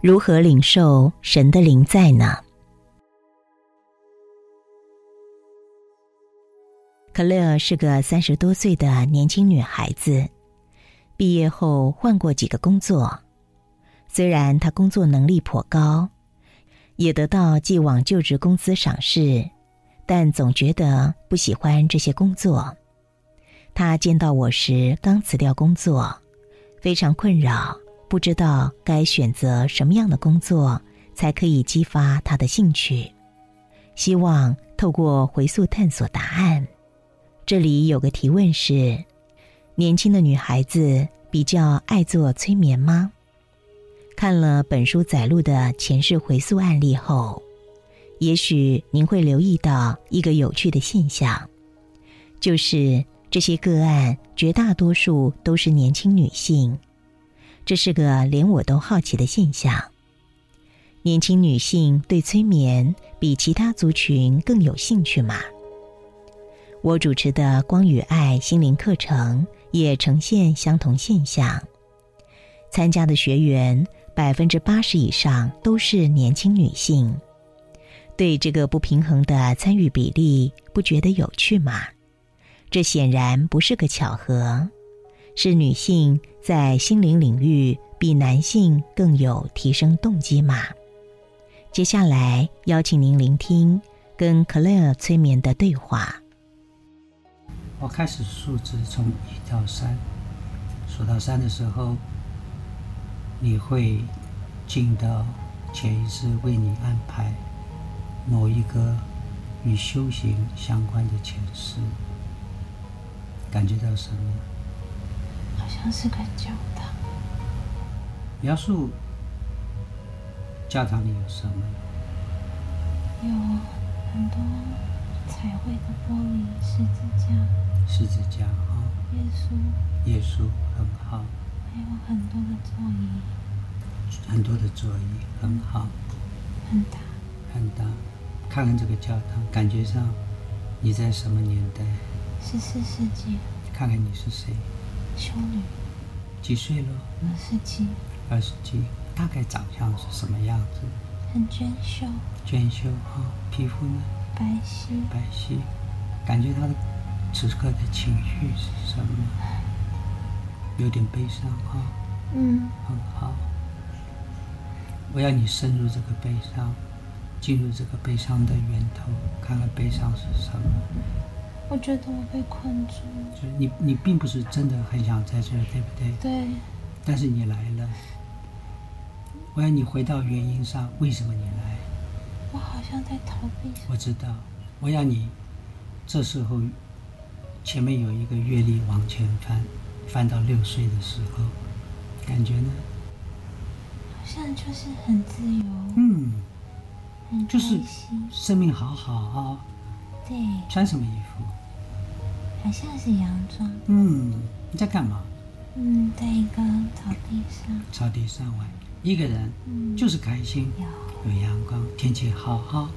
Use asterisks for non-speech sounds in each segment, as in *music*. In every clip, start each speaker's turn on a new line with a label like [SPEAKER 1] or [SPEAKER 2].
[SPEAKER 1] 如何领受神的灵在呢？可乐是个三十多岁的年轻女孩子，毕业后换过几个工作。虽然她工作能力颇高，也得到既往就职公司赏识，但总觉得不喜欢这些工作。她见到我时刚辞掉工作，非常困扰，不知道该选择什么样的工作才可以激发她的兴趣，希望透过回溯探索答案。这里有个提问是：年轻的女孩子比较爱做催眠吗？看了本书载录的前世回溯案例后，也许您会留意到一个有趣的现象，就是这些个案绝大多数都是年轻女性，这是个连我都好奇的现象。年轻女性对催眠比其他族群更有兴趣吗？我主持的“光与爱”心灵课程也呈现相同现象。参加的学员百分之八十以上都是年轻女性，对这个不平衡的参与比例不觉得有趣吗？这显然不是个巧合，是女性在心灵领域比男性更有提升动机吗？接下来邀请您聆听跟 Claire 催眠的对话。
[SPEAKER 2] 我哦开始数值从一到三，数到三的时候，你会进到潜意识为你安排某一个与修行相关的前世，感觉到什么？
[SPEAKER 3] 好像是个教堂，
[SPEAKER 2] 描述教堂里有什么？
[SPEAKER 3] 有很多彩绘的玻璃十字架、
[SPEAKER 2] 十字架哈、
[SPEAKER 3] 耶稣，
[SPEAKER 2] 耶稣很好，
[SPEAKER 3] 还有很多的座椅，
[SPEAKER 2] 很多的座椅很好，
[SPEAKER 3] 很大。
[SPEAKER 2] 很大。看看这个教堂，感觉上你在什么年代？
[SPEAKER 3] 十四世纪
[SPEAKER 2] 看看你是谁，
[SPEAKER 3] 修女
[SPEAKER 2] 几岁了？
[SPEAKER 3] 二世纪
[SPEAKER 2] 二十几，大概长相是什么样子？
[SPEAKER 3] 很娟秀，
[SPEAKER 2] 娟秀哈、皮肤呢
[SPEAKER 3] 白皙，
[SPEAKER 2] 白皙，感觉他的此刻的情绪是什么？有点悲伤哈、
[SPEAKER 3] 嗯，
[SPEAKER 2] 很好。我要你深入这个悲伤，进入这个悲伤的源头，看看悲伤是什么。
[SPEAKER 3] 我觉得我被困住，
[SPEAKER 2] 就是你，你并不是真的很想在这儿，对不对？
[SPEAKER 3] 对，
[SPEAKER 2] 但是你来了，我要你回到原因上，为什么你来？
[SPEAKER 3] 我好像在逃避，
[SPEAKER 2] 我知道，我要你这时候前面有一个阅历往前翻，翻到六岁的时候，感觉呢？
[SPEAKER 3] 好像就是很自由，
[SPEAKER 2] 嗯，
[SPEAKER 3] 很开
[SPEAKER 2] 就是
[SPEAKER 3] 心，
[SPEAKER 2] 生命好好啊、
[SPEAKER 3] 对，
[SPEAKER 2] 穿什么衣服？
[SPEAKER 3] 好像是洋装，
[SPEAKER 2] 嗯，你在干嘛？
[SPEAKER 3] 嗯，在一个草地上，
[SPEAKER 2] 草地上玩，一个人
[SPEAKER 3] 嗯，
[SPEAKER 2] 就是开心，
[SPEAKER 3] 有
[SPEAKER 2] 有阳光，天气好啊哈，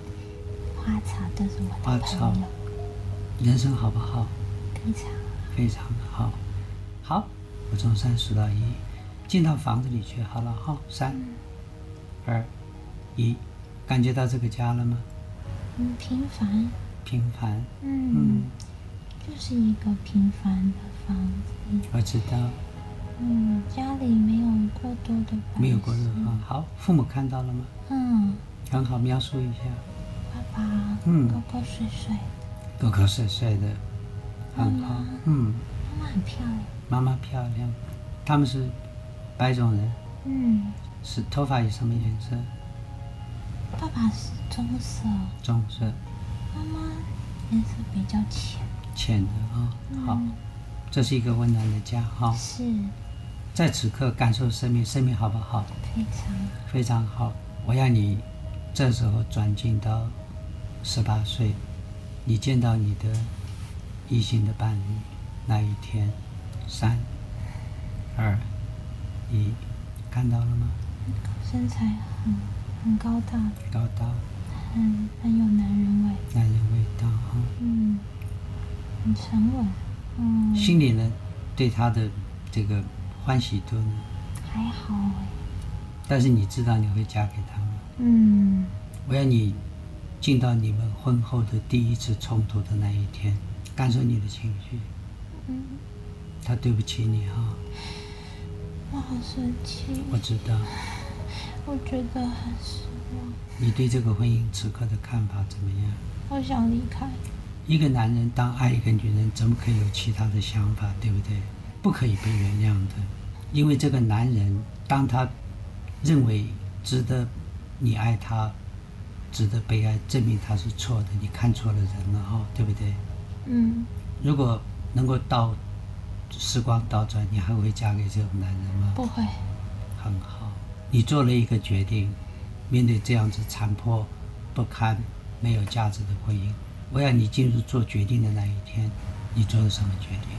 [SPEAKER 3] 花草都是我
[SPEAKER 2] 花
[SPEAKER 3] 的
[SPEAKER 2] 草
[SPEAKER 3] 朋友，
[SPEAKER 2] 人生好不好？
[SPEAKER 3] 非常
[SPEAKER 2] 非常好。好，我从三数到一，进到房子里去好了哈，三、二、一，感觉到这个家了吗？
[SPEAKER 3] 嗯平凡，
[SPEAKER 2] 平凡，
[SPEAKER 3] 嗯
[SPEAKER 2] 嗯，，
[SPEAKER 3] 就是一个平凡的房子，
[SPEAKER 2] 我知道，
[SPEAKER 3] 嗯，家里没有过多的摆
[SPEAKER 2] 没有过热
[SPEAKER 3] 设
[SPEAKER 2] 啊。好，父母看到了吗？
[SPEAKER 3] 嗯，
[SPEAKER 2] 很好，描述一下，
[SPEAKER 3] 爸爸，
[SPEAKER 2] 嗯
[SPEAKER 3] 哥哥睡睡，
[SPEAKER 2] 哥哥帅帅的，很好
[SPEAKER 3] 妈妈，
[SPEAKER 2] 嗯，
[SPEAKER 3] 妈妈很漂亮，
[SPEAKER 2] 妈妈漂亮，他们是白种人，
[SPEAKER 3] 嗯，
[SPEAKER 2] 是头发是什么颜色？
[SPEAKER 3] 爸爸是棕色，
[SPEAKER 2] 棕色，
[SPEAKER 3] 妈妈颜色比较浅，
[SPEAKER 2] 浅的啊。好，
[SPEAKER 3] 嗯
[SPEAKER 2] 这是一个温暖的家哈，
[SPEAKER 3] 是
[SPEAKER 2] 在此刻感受生命，生命好不好？
[SPEAKER 3] 非常
[SPEAKER 2] 非常好，我要你这时候转进到十八岁，你见到你的异性的伴侣那一天，三、二、一，看到了吗？
[SPEAKER 3] 身材很很高大，
[SPEAKER 2] 高大
[SPEAKER 3] 很很有男人味，
[SPEAKER 2] 男人味道哈，
[SPEAKER 3] 嗯，很沉稳，嗯，
[SPEAKER 2] 心里呢对他的这个欢喜度呢，
[SPEAKER 3] 还好哎，
[SPEAKER 2] 但是你知道你会嫁给他们。
[SPEAKER 3] 嗯
[SPEAKER 2] 我要你进到你们婚后的第一次冲突的那一天，感受你的情绪。
[SPEAKER 3] 嗯，
[SPEAKER 2] 他对不起你哈、
[SPEAKER 3] 我好生气，
[SPEAKER 2] 我知道
[SPEAKER 3] 我觉得很失望，
[SPEAKER 2] 你对这个婚姻此刻的看法怎么样？
[SPEAKER 3] 我想离开。
[SPEAKER 2] 一个男人当爱一个女人，怎么可以有其他的想法，对不对？不可以被原谅的，因为这个男人当他认为值得你爱他，值得被爱，证明他是错的，你看错了人了哈、对不对？
[SPEAKER 3] 嗯，
[SPEAKER 2] 如果能够倒时光倒转，你还会嫁给这种男人吗？
[SPEAKER 3] 不会，
[SPEAKER 2] 很好，你做了一个决定，面对这样子残破不堪、没有价值的婚姻，我要你进入做决定的那一天，你做了什么决定？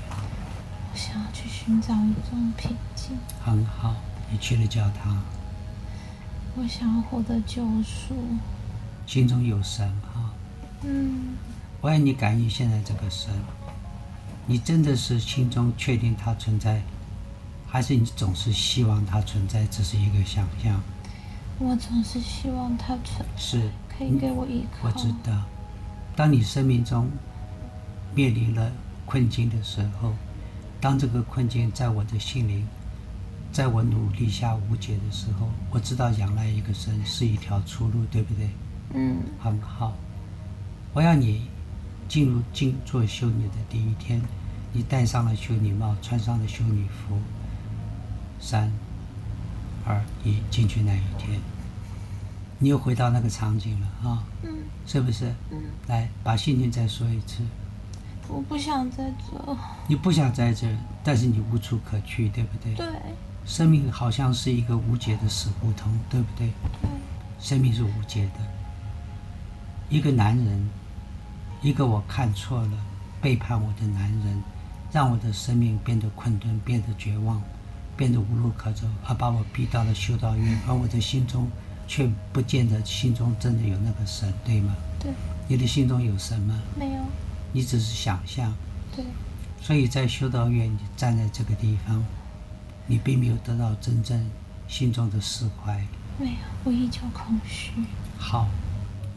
[SPEAKER 3] 我想要去寻找一种平静，
[SPEAKER 2] 很好，你去了教堂，
[SPEAKER 3] 我想要获得救赎。
[SPEAKER 2] 心中有神啊！
[SPEAKER 3] 嗯，
[SPEAKER 2] 我要你感应现在这个神，你真的是心中确定它存在，还是你总是希望它存在，只是一个想象？
[SPEAKER 3] 我总是希望他存，
[SPEAKER 2] 是，
[SPEAKER 3] 可以给我依靠。
[SPEAKER 2] 我知道，当你生命中面临了困境的时候，当这个困境在我的心灵，在我努力下无解的时候，我知道仰赖一个神是一条出路，对不对？
[SPEAKER 3] 嗯
[SPEAKER 2] 很好，我要你进入静坐修女的第一天，你戴上了修女帽，穿上了修女服，三、二、一，进去那一天，你又回到那个场景了啊、
[SPEAKER 3] 嗯
[SPEAKER 2] 是不是？
[SPEAKER 3] 嗯，
[SPEAKER 2] 来，把心情再说一次。
[SPEAKER 3] 我不想再做。
[SPEAKER 2] 你不想在这儿，但是你无处可去，对不对？
[SPEAKER 3] 对
[SPEAKER 2] 生命好像是一个无解的死胡同，对不对？
[SPEAKER 3] 对，
[SPEAKER 2] 生命是无解的。一个男人，一个我看错了、背叛我的男人，让我的生命变得困顿、变得绝望、变得无路可走，而把我逼到了修道院，而我的心中却不见得心中真的有那个神，对吗？
[SPEAKER 3] 对，
[SPEAKER 2] 你的心中有神吗？
[SPEAKER 3] 没有，
[SPEAKER 2] 你只是想象。
[SPEAKER 3] 对，
[SPEAKER 2] 所以在修道院，你站在这个地方，你并没有得到真正心中的释怀。
[SPEAKER 3] 没有，我依旧空虚。
[SPEAKER 2] 好，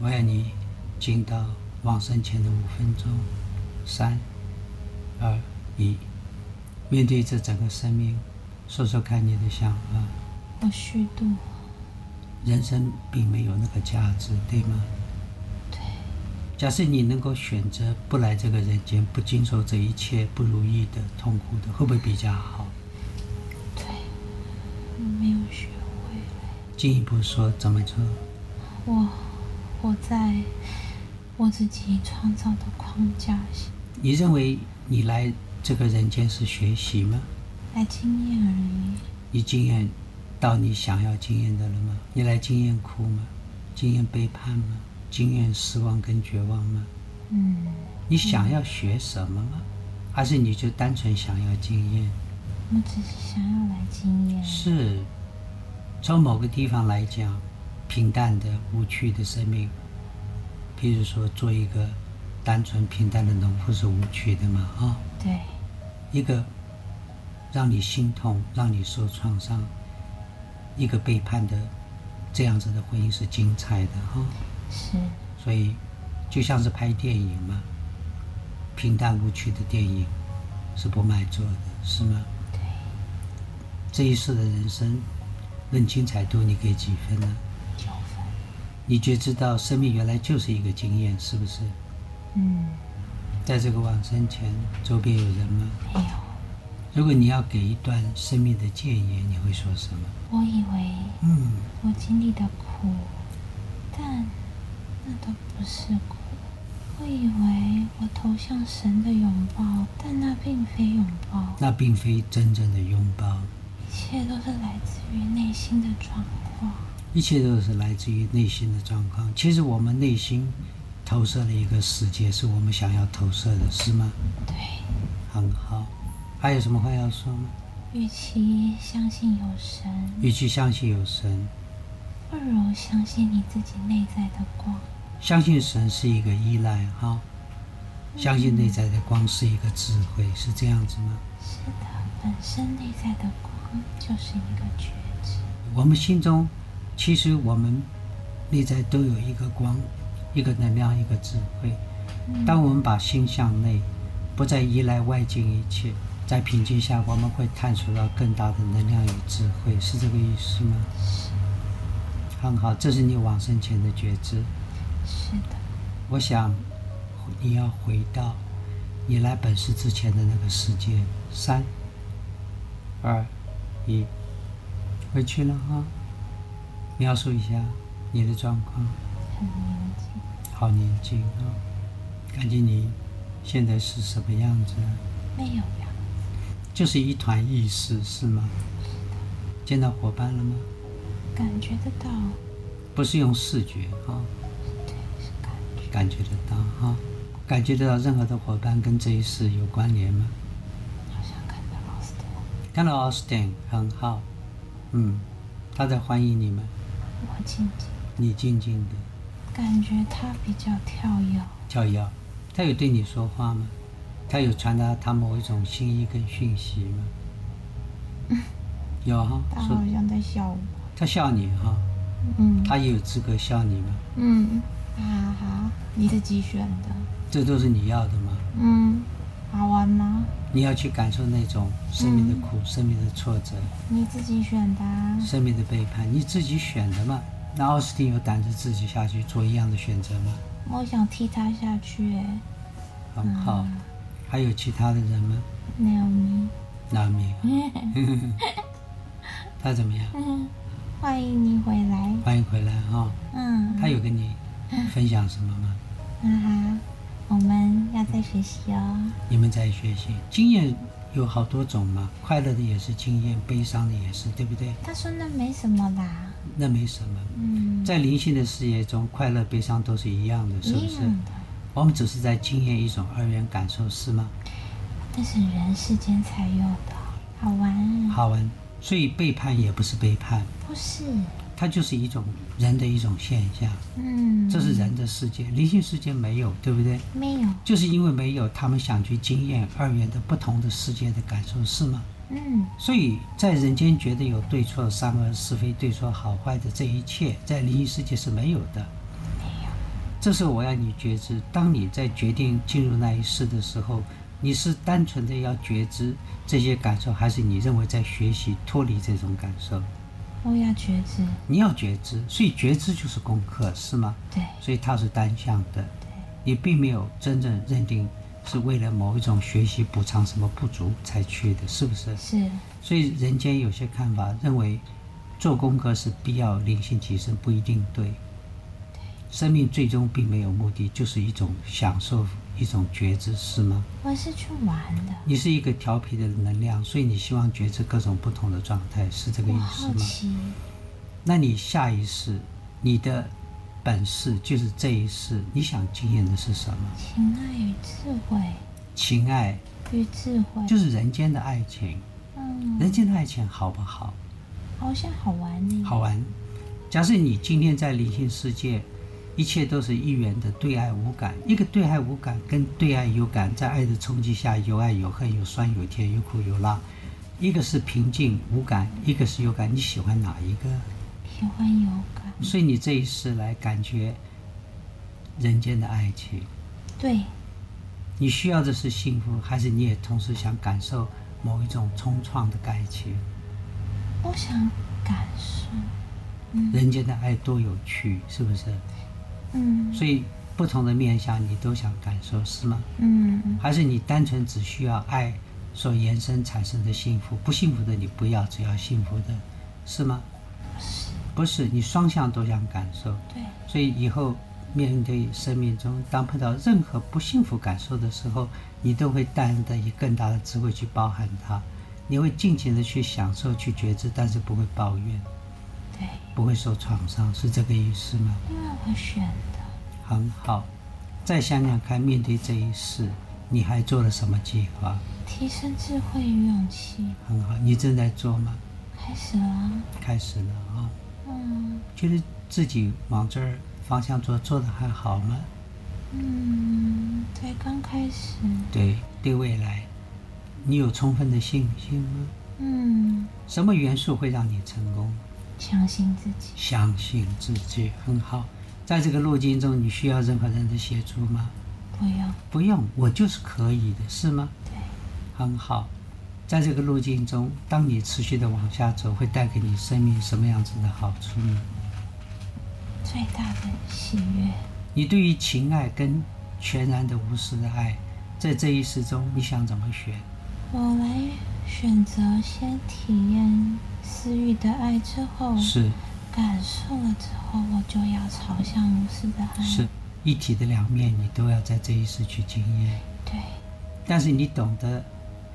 [SPEAKER 2] 我要你进到往生前的五分钟，三、二、一，面对这整个生命，说说看你的想法。
[SPEAKER 3] 我虚度，
[SPEAKER 2] 人生并没有那个价值，对吗？
[SPEAKER 3] 对，
[SPEAKER 2] 假设你能够选择不来这个人间，不经受这一切不如意的、痛苦的，会不会比较好？
[SPEAKER 3] 对，我没有学会。
[SPEAKER 2] 进一步说，怎么做？
[SPEAKER 3] 我活在我自己创造的框架下
[SPEAKER 2] 你认为你来这个人间是学习吗？
[SPEAKER 3] 来经验而已。
[SPEAKER 2] 你经验到你想要经验的了吗？你来经验哭吗？经验背叛吗？经验失望跟绝望吗？
[SPEAKER 3] 嗯，
[SPEAKER 2] 你想要学什么吗？还是你就单纯想要经验？
[SPEAKER 3] 我只是想要来经验。
[SPEAKER 2] 是，从某个地方来讲，平淡的、无趣的生命，譬如说做一个单纯平淡的农夫是无趣的嘛？啊、
[SPEAKER 3] 对，
[SPEAKER 2] 一个让你心痛、让你受创伤、一个背叛的这样子的婚姻是精彩的哈、
[SPEAKER 3] 是，
[SPEAKER 2] 所以就像是拍电影嘛，平淡无趣的电影是不卖座的，是吗？
[SPEAKER 3] 对，
[SPEAKER 2] 这一世的人生，论精彩度你给几分呢？
[SPEAKER 3] 九分。
[SPEAKER 2] 你觉知到生命原来就是一个经验，是不是？
[SPEAKER 3] 嗯，
[SPEAKER 2] 在这个往生前，周边有人吗？
[SPEAKER 3] 没有。
[SPEAKER 2] 如果你要给一段生命的建言，你会说什么？
[SPEAKER 3] 我以为
[SPEAKER 2] 嗯，
[SPEAKER 3] 我经历的苦，但那都不是苦。我以为我投向神的拥抱，但那并非拥抱，
[SPEAKER 2] 那并非真正的拥抱，
[SPEAKER 3] 一切都是来自于内心的转化。
[SPEAKER 2] 一切都是来自于内心的状况。其实我们内心投射了一个世界，是我们想要投射的，是吗？
[SPEAKER 3] 对，
[SPEAKER 2] 很好。还有什么话要说吗？
[SPEAKER 3] 与其相信有神，
[SPEAKER 2] 与其相信有神，
[SPEAKER 3] 不如相信你自己内在的光。
[SPEAKER 2] 相信神是一个依赖哈、相信内在的光是一个智慧，是这样子吗？
[SPEAKER 3] 是的，本身内在的光就是一个觉知。
[SPEAKER 2] 我们心中其实我们内在都有一个光，一个能量，一个智慧。
[SPEAKER 3] 嗯
[SPEAKER 2] 当我们把心向内，不再依赖外境一切，在平静下，我们会探索到更大的能量与智慧，是这个意思吗？
[SPEAKER 3] 是
[SPEAKER 2] 很好，这是你往生前的觉知。
[SPEAKER 3] 是的，
[SPEAKER 2] 我想，你要回到你来本市之前的那个世界。三、二、一，回去了哈。描述一下你的状况。
[SPEAKER 3] 很宁静。
[SPEAKER 2] 好年轻啊、感觉你现在是什么样子？啊
[SPEAKER 3] 没有呀，
[SPEAKER 2] 就是一团意识是吗？见到伙伴了吗？
[SPEAKER 3] 感觉得到，
[SPEAKER 2] 不是用视觉啊、
[SPEAKER 3] 对，是感觉。
[SPEAKER 2] 感觉得到哈、感觉得到任何的伙伴跟这一世有关联吗？
[SPEAKER 3] 好像看到奥斯汀，
[SPEAKER 2] 看到 Austin 很好，嗯，他在欢迎你们，
[SPEAKER 3] 我静静
[SPEAKER 2] 你静静的
[SPEAKER 3] 感觉他比较跳跃，
[SPEAKER 2] 跳跃。他有对你说话吗？他有传达他某一种心意跟讯息吗？有啊哈、
[SPEAKER 3] 他
[SPEAKER 2] 说
[SPEAKER 3] 好像在笑我。
[SPEAKER 2] 他笑你哈、
[SPEAKER 3] 嗯
[SPEAKER 2] 他也有资格笑你吗？
[SPEAKER 3] 嗯，哈哈，你自己选的。
[SPEAKER 2] 这都是你要的吗？
[SPEAKER 3] 嗯，好玩吗？
[SPEAKER 2] 你要去感受那种生命的苦、生命的挫折、
[SPEAKER 3] 你自己选的、啊。
[SPEAKER 2] 生命的背叛，你自己选的嘛？那奥斯汀有胆子自己下去做一样的选择吗？
[SPEAKER 3] 我想踢他下去、欸，
[SPEAKER 2] 很好。还有其他的人吗？
[SPEAKER 3] 没有你。
[SPEAKER 2] 那没有。他怎么样？
[SPEAKER 3] 嗯， *laughs* 欢迎你回来。
[SPEAKER 2] 欢迎回来哈、
[SPEAKER 3] 嗯，
[SPEAKER 2] 他有跟你分享什么吗？
[SPEAKER 3] 哈哈，我们要在学习哦。
[SPEAKER 2] 你们在学习，经验有好多种嘛，快乐的也是经验，悲伤的也是，对不对？
[SPEAKER 3] 他说那没什么啦。
[SPEAKER 2] 那没什么。
[SPEAKER 3] 嗯，
[SPEAKER 2] 在灵性的视野中，快乐、悲伤都是一样的，是不
[SPEAKER 3] 一
[SPEAKER 2] 是？
[SPEAKER 3] 样的。
[SPEAKER 2] 我们只是在经验一种二元感受，是吗？
[SPEAKER 3] 但是人世间才有的，好玩。，
[SPEAKER 2] 好玩，所以背叛也不是背叛，
[SPEAKER 3] 不是，
[SPEAKER 2] 它就是一种人的一种现象，
[SPEAKER 3] 嗯，
[SPEAKER 2] 这是人的世界，灵性世界没有，对不对？
[SPEAKER 3] 没有，
[SPEAKER 2] 就是因为没有，他们想去经验二元的不同的世界的感受，是吗？
[SPEAKER 3] 嗯，
[SPEAKER 2] 所以在人间觉得有对错、善恶、是非、对错、好坏的这一切，在灵异世界是没有的。这是我要你觉知，当你在决定进入那一世的时候，你是单纯的要觉知这些感受，还是你认为在学习脱离这种感受？
[SPEAKER 3] 我要觉知，
[SPEAKER 2] 你要觉知，所以觉知就是功课，是吗？
[SPEAKER 3] 对
[SPEAKER 2] 所以它是单向的，
[SPEAKER 3] 对，
[SPEAKER 2] 你并没有真正认定是为了某一种学习补偿什么不足才去的，是不是？
[SPEAKER 3] 是，
[SPEAKER 2] 所以人间有些看法认为，做功课是必要，灵性提升不一定对。生命最终并没有目的，就是一种享受，一种觉知，是吗？
[SPEAKER 3] 我是去玩的。
[SPEAKER 2] 你是一个调皮的能量，所以你希望觉知各种不同的状态，是这个
[SPEAKER 3] 我
[SPEAKER 2] 意思
[SPEAKER 3] 好
[SPEAKER 2] 吗？
[SPEAKER 3] 奇，
[SPEAKER 2] 那你下一世，你的本事就是这一世，你想经验的是什么？
[SPEAKER 3] 情爱与智慧，
[SPEAKER 2] 情爱
[SPEAKER 3] 与智慧，
[SPEAKER 2] 就是人间的爱情，
[SPEAKER 3] 嗯，
[SPEAKER 2] 人间的爱情好不好？
[SPEAKER 3] 好像好玩呢。
[SPEAKER 2] 好玩。假设你今天在灵性世界，一切都是一元的对爱无感，一个对爱无感跟对爱有感，在爱的冲击下有爱有恨有酸有甜有苦有辣，一个是平静无感，一个是有感，你喜欢哪一个？
[SPEAKER 3] 喜欢有感，
[SPEAKER 2] 所以你这一世来感觉人间的爱情，
[SPEAKER 3] 对，
[SPEAKER 2] 你需要的是幸福，还是你也同时想感受某一种冲撞的爱情？
[SPEAKER 3] 我想感受，嗯
[SPEAKER 2] 人间的爱多有趣，是不是？
[SPEAKER 3] 嗯，
[SPEAKER 2] 所以不同的面向你都想感受，是吗？
[SPEAKER 3] 嗯，
[SPEAKER 2] 还是你单纯只需要爱所延伸产生的幸福？不幸福的你不要，只要幸福的，是吗？
[SPEAKER 3] 是，
[SPEAKER 2] 不是，你双向都想感受，
[SPEAKER 3] 对，
[SPEAKER 2] 所以以后面对生命中当碰到任何不幸福感受的时候，你都会带着以更大的智慧去包含它，你会尽情的去享受、去觉知，但是不会抱怨，
[SPEAKER 3] 对，
[SPEAKER 2] 不会受创伤，是这个意思吗？
[SPEAKER 3] 因为我选的，
[SPEAKER 2] 很好，再想想看，面对这一世，你还做了什么计划？
[SPEAKER 3] 提升智慧与勇气，
[SPEAKER 2] 很好，你正在做吗？
[SPEAKER 3] 开始了，
[SPEAKER 2] 开始了啊、
[SPEAKER 3] 嗯
[SPEAKER 2] 觉得自己往这儿方向做，做的还好吗？
[SPEAKER 3] 嗯，才刚开始，
[SPEAKER 2] 对，对未来，你有充分的信心吗？
[SPEAKER 3] 嗯，
[SPEAKER 2] 什么元素会让你成功？
[SPEAKER 3] 相信自己。
[SPEAKER 2] 相信自己，很好。在这个路径中，你需要任何人的协助吗？
[SPEAKER 3] 不用，
[SPEAKER 2] 不用，我就是可以的，是吗？
[SPEAKER 3] 对，
[SPEAKER 2] 很好。在这个路径中，当你持续的往下走，会带给你生命什么样子的好处呢？
[SPEAKER 3] 最大的喜悦，
[SPEAKER 2] 你对于情爱跟全然的无私的爱，在这一世中，你想怎么选？
[SPEAKER 3] 我来选择先体验私欲的爱，之后
[SPEAKER 2] 是
[SPEAKER 3] 感受了之后，我就要朝向无私的爱。
[SPEAKER 2] 是，一体的两面，你都要在这一世去经验。
[SPEAKER 3] 对，
[SPEAKER 2] 但是你懂得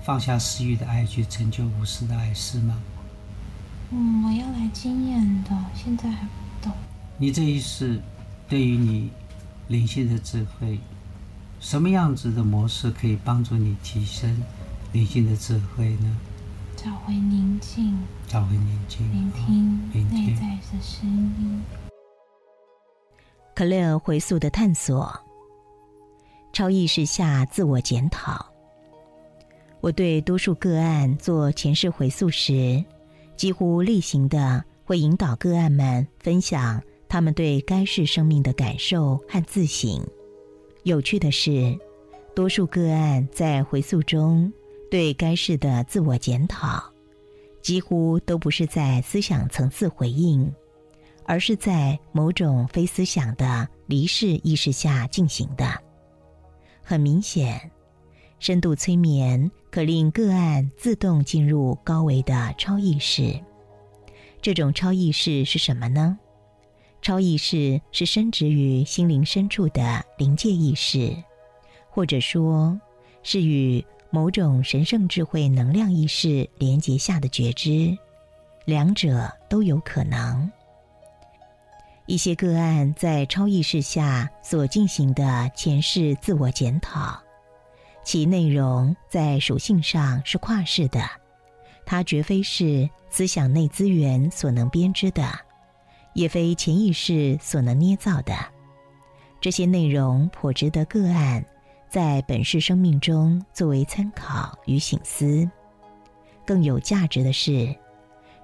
[SPEAKER 2] 放下私欲的爱，去成就无私的爱，是吗？
[SPEAKER 3] 嗯，我要来经验的，现在还不懂。
[SPEAKER 2] 你这一世对于你灵性的智慧，什么样子的模式可以帮助你提升灵性的智慧呢？
[SPEAKER 3] 找回宁静，
[SPEAKER 2] 找回宁静，
[SPEAKER 3] 聆
[SPEAKER 2] 哦聆
[SPEAKER 3] 听内
[SPEAKER 2] 听。
[SPEAKER 3] 在的声音。
[SPEAKER 1] 克莱尔回溯的探索，超意识下自我检讨。我对多数个案做前世回溯时，几乎例行的会引导个案们分享他们对该世生命的感受和自省。有趣的是，多数个案在回溯中对该世的自我检讨，几乎都不是在思想层次回应，而是在某种非思想的离世意识下进行的。很明显，深度催眠可令个案自动进入高维的超意识。这种超意识是什么呢？超意识是深植于心灵深处的临界意识，或者说是与某种神圣智慧能量意识连接下的觉知，两者都有可能。一些个案在超意识下所进行的前世自我检讨，其内容在属性上是跨世的，它绝非是思想内资源所能编织的，也非潜意识所能捏造的。这些内容颇值得个案在本世生命中作为参考与醒思。更有价值的是，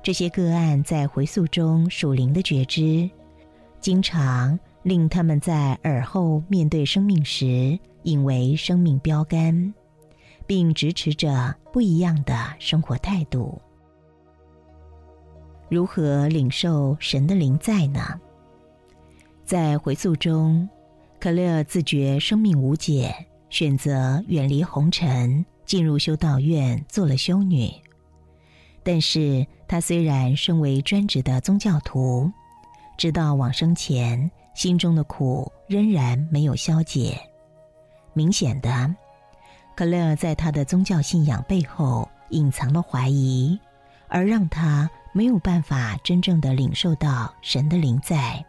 [SPEAKER 1] 这些个案在回溯中属灵的觉知经常令他们在耳后面对生命时引为生命标杆，并支持着不一样的生活态度。如何领受神的灵在呢？在回溯中，可乐自觉生命无解，选择远离红尘，进入修道院做了修女。但是，她虽然身为专职的宗教徒，直到往生前，心中的苦仍然没有消解。明显的，克莱尔在他的宗教信仰背后隐藏了怀疑，而让他没有办法真正的领受到神的灵在。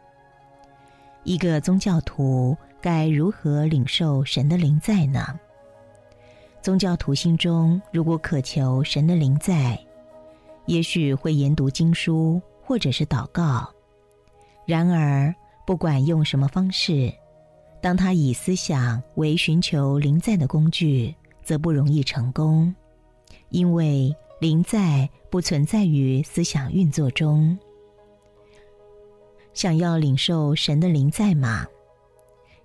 [SPEAKER 1] 一个宗教徒该如何领受神的灵在呢？宗教徒心中如果渴求神的灵在，也许会研读经书或者是祷告。然而，不管用什么方式，当他以思想为寻求灵在的工具，则不容易成功，因为灵在不存在于思想运作中。想要领受神的灵在吗？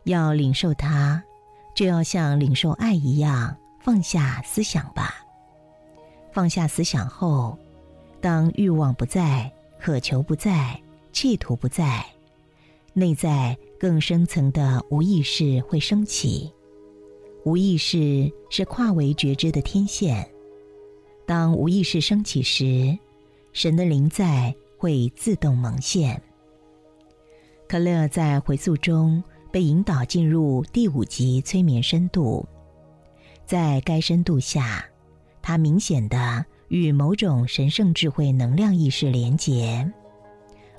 [SPEAKER 1] 要领受它，就要像领受爱一样放下思想吧。放下思想后，当欲望不在，渴求不在，企图不在，内在更深层的无意识会升起。无意识是跨维觉知的天线。当无意识升起时，神的灵在会自动萌现。可乐在回溯中被引导进入第五级催眠深度，在该深度下，他明显的与某种神圣智慧能量意识连结。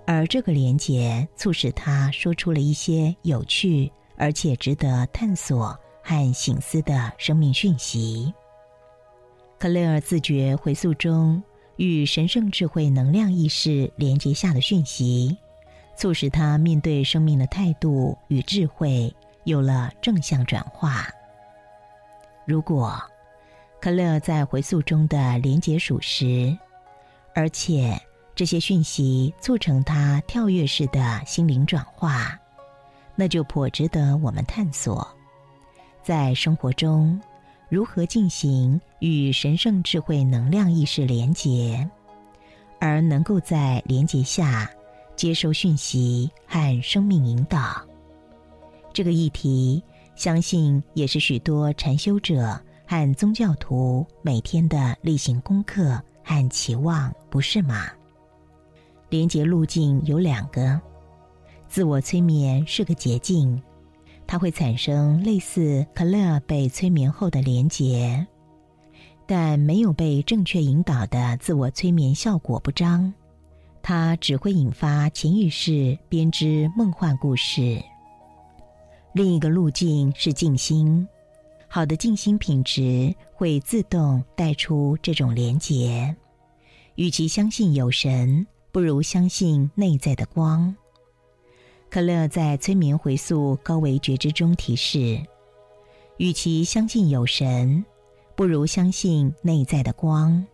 [SPEAKER 1] 而这个连结促使他说出了一些有趣而且值得探索和醒思的生命讯息。克莱尔自觉回溯中与神圣智慧能量意识连接下的讯息，促使他面对生命的态度与智慧有了正向转化。如果克莱尔在回溯中的连结属实，而且这些讯息促成他跳跃式的心灵转化，那就颇值得我们探索，在生活中如何进行与神圣智慧能量意识连结，而能够在连结下接收讯息和生命引导。这个议题，相信也是许多禅修者和宗教徒每天的例行功课和期望，不是吗？连接路径有两个，自我催眠是个捷径，它会产生类似克勒尔被催眠后的连结，但没有被正确引导的自我催眠效果不彰，它只会引发潜意识编织梦幻故事。另一个路径是静心，好的静心品质会自动带出这种连结。与其相信有神，不如相信内在的光。可乐在催眠回溯高维觉知中提示：与其相信有神，不如相信内在的光。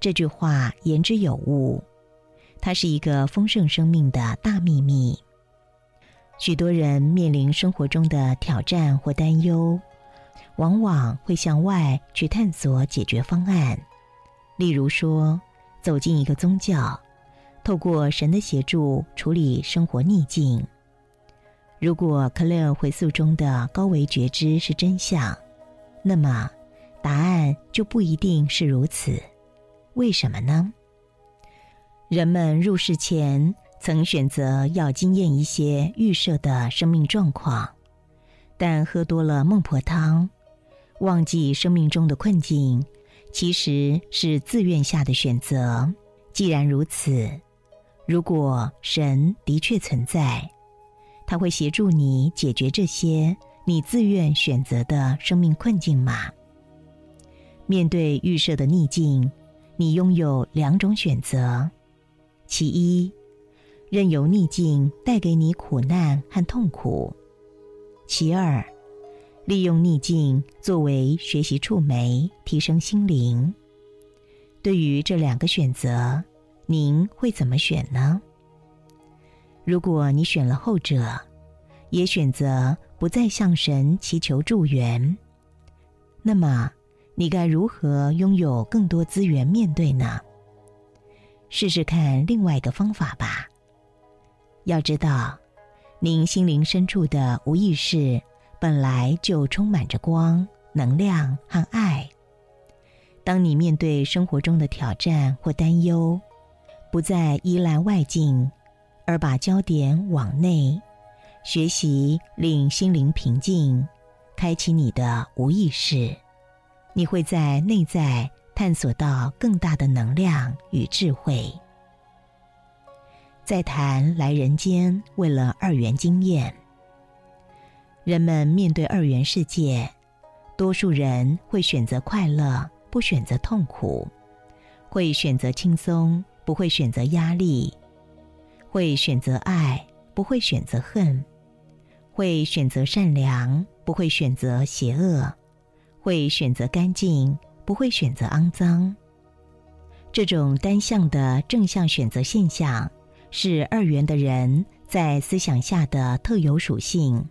[SPEAKER 1] 这句话言之有物，它是一个丰盛生命的大秘密。许多人面临生活中的挑战或担忧，往往会向外去探索解决方案，例如说走进一个宗教。透过神的协助处理生活逆境。如果克莱尔回溯中的高维觉知是真相，那么答案就不一定是如此。为什么呢？人们入世前曾选择要经验一些预设的生命状况，但喝多了孟婆汤，忘记生命中的困境其实是自愿下的选择。既然如此，如果神的确存在，他会协助你解决这些你自愿选择的生命困境吗？面对预设的逆境，你拥有两种选择：其一，任由逆境带给你苦难和痛苦；其二，利用逆境作为学习触媒，提升心灵。对于这两个选择，您会怎么选呢？如果你选了后者，也选择不再向神祈求助援，那么你该如何拥有更多资源面对呢？试试看另外一个方法吧。要知道，您心灵深处的无意识本来就充满着光、能量和爱。当你面对生活中的挑战或担忧，不再依赖外境，而把焦点往内，学习令心灵平静，开启你的无意识，你会在内在探索到更大的能量与智慧。再谈来人间，为了二元经验，人们面对二元世界，多数人会选择快乐。不选择痛苦，会选择轻松，不会选择压力；会选择爱，不会选择恨；会选择善良，不会选择邪恶；会选择干净，不会选择肮脏。这种单向的正向选择现象，是二元的人在思想下的特有属性。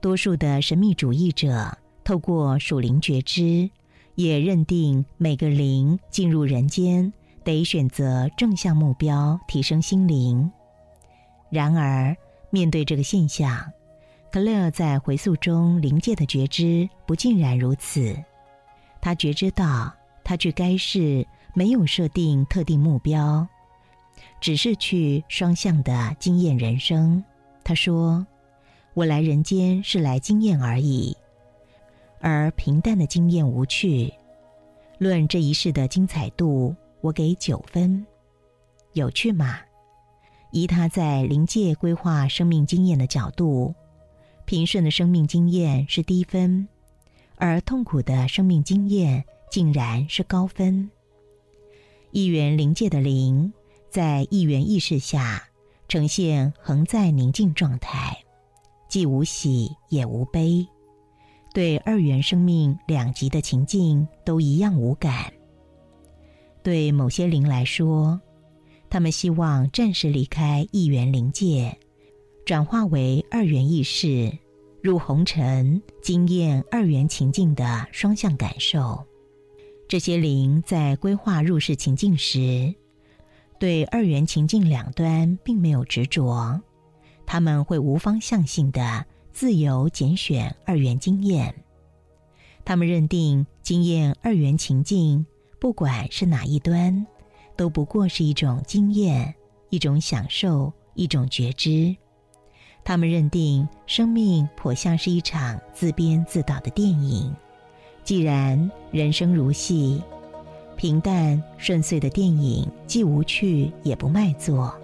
[SPEAKER 1] 多数的神秘主义者透过属灵觉知。也认定每个灵进入人间得选择正向目标，提升心灵。然而，面对这个现象，克莱尔在回溯中灵界的觉知不尽然如此。他觉知到，他去该市没有设定特定目标，只是去双向的经验人生。他说：“我来人间是来经验而已。”而平淡的经验无趣。论这一世的精彩度，我给九分。有趣吗？以他在临界规划生命经验的角度，平顺的生命经验是低分，而痛苦的生命经验竟然是高分。一元临界的灵，在一元意识下呈现横在宁静状态，既无喜也无悲。对二元生命两极的情境都一样无感。对某些灵来说，他们希望暂时离开一元灵界，转化为二元意识，入红尘，经验二元情境的双向感受。这些灵在规划入世情境时，对二元情境两端并没有执着，他们会无方向性的自由拣选二元经验。他们认定经验二元情境，不管是哪一端，都不过是一种经验、一种享受、一种觉知。他们认定生命颇像是一场自编自导的电影。既然人生如戏，平淡顺遂的电影既无趣也不卖座，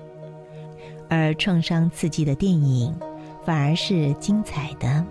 [SPEAKER 1] 而创伤刺激的电影反而是精彩的。